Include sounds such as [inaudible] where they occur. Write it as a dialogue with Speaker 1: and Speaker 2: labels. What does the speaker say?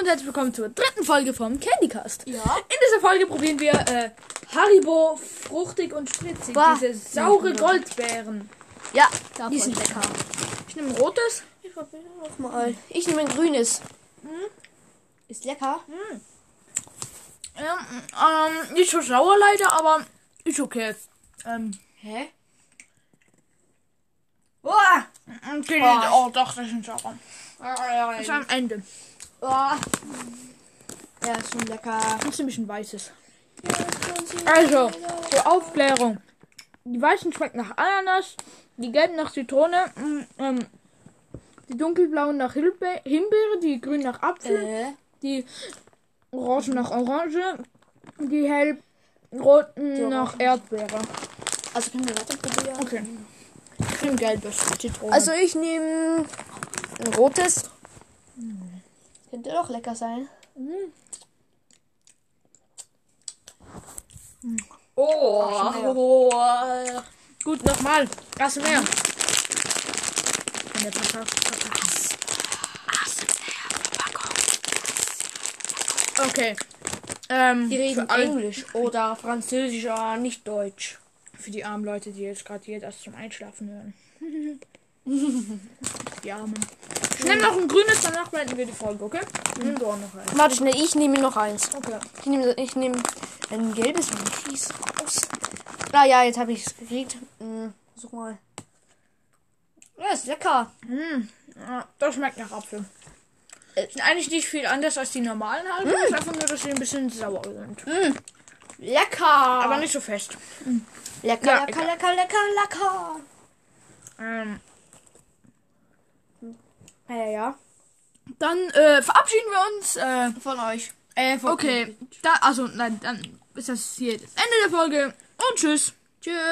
Speaker 1: und herzlich willkommen zur dritten Folge vom Candycast.
Speaker 2: Ja.
Speaker 1: In dieser Folge probieren wir äh, Haribo fruchtig und spritzig.
Speaker 2: Bah.
Speaker 1: Diese saure Goldbeeren.
Speaker 2: Ja, davon.
Speaker 1: Die sind lecker. Ich nehme ein rotes. Ich probiere
Speaker 2: Guck mal, ich nehme ein grünes. Hm? Ist lecker.
Speaker 1: Ähm, ähm, nicht so sauer leider, aber ist okay. Ähm,
Speaker 2: Hä? Boah.
Speaker 1: okay,
Speaker 2: Oh.
Speaker 1: oh. doch, das ist sauer. Das ist am Ende.
Speaker 2: Boah. Ja, ist schon lecker.
Speaker 1: Und ziemlich ein weißes. Also, zur Aufklärung. Die weißen schmecken nach Ananas, die gelben nach Zitrone, mm, ähm, die dunkelblauen nach Hilbe Himbeere, die grünen nach Apfel,
Speaker 2: Äh,
Speaker 1: die orangen nach Orange, die hellroten
Speaker 2: Die
Speaker 1: nach
Speaker 2: Orangen.
Speaker 1: Erdbeere.
Speaker 2: also können wir weiter probieren.
Speaker 1: Okay. Ich nehme gelbes Zitrone.
Speaker 2: Also ich nehme ein rotes. Hm. Könnte doch lecker sein.
Speaker 1: oh,
Speaker 2: Ach, schon mehr.
Speaker 1: gut, nochmal. Hast du mehr? Von der Verpackung. Okay. Ähm,
Speaker 2: Die reden
Speaker 1: für alle-
Speaker 2: Englisch oder Französisch, aber nicht Deutsch.
Speaker 1: ah, Für die armen Leute, die jetzt gerade jedes zum Einschlafen hören. [laughs] die Armen. Ich nehme noch ein grünes, danach beenden wir die Folge, okay? Nimm du auch noch eins.
Speaker 2: Warte schnell, ich nehme noch eins.
Speaker 1: Okay.
Speaker 2: Ich nehme ich nehm ein gelbes und ein schieß raus. Ah ja, jetzt habe ich es gekriegt. Hm, such mal. Ja, ist lecker.
Speaker 1: Ja, Ah, das schmeckt nach Apfel. Sind eigentlich nicht viel anders als die normalen Halben. Ist einfach nur, dass sie ein bisschen sauer sind.
Speaker 2: Lecker.
Speaker 1: Aber
Speaker 2: Aber
Speaker 1: nicht so fest.
Speaker 2: lecker,
Speaker 1: Ja,
Speaker 2: lecker,
Speaker 1: egal.
Speaker 2: lecker, lecker, lecker.
Speaker 1: Ähm,
Speaker 2: Ja, ja, ja.
Speaker 1: dann äh, verabschieden wir uns. Äh,
Speaker 2: Von euch.
Speaker 1: äh, okay. Da, also, nein, dann ist das hier das Ende der Folge. Und tschüss. Tschüss.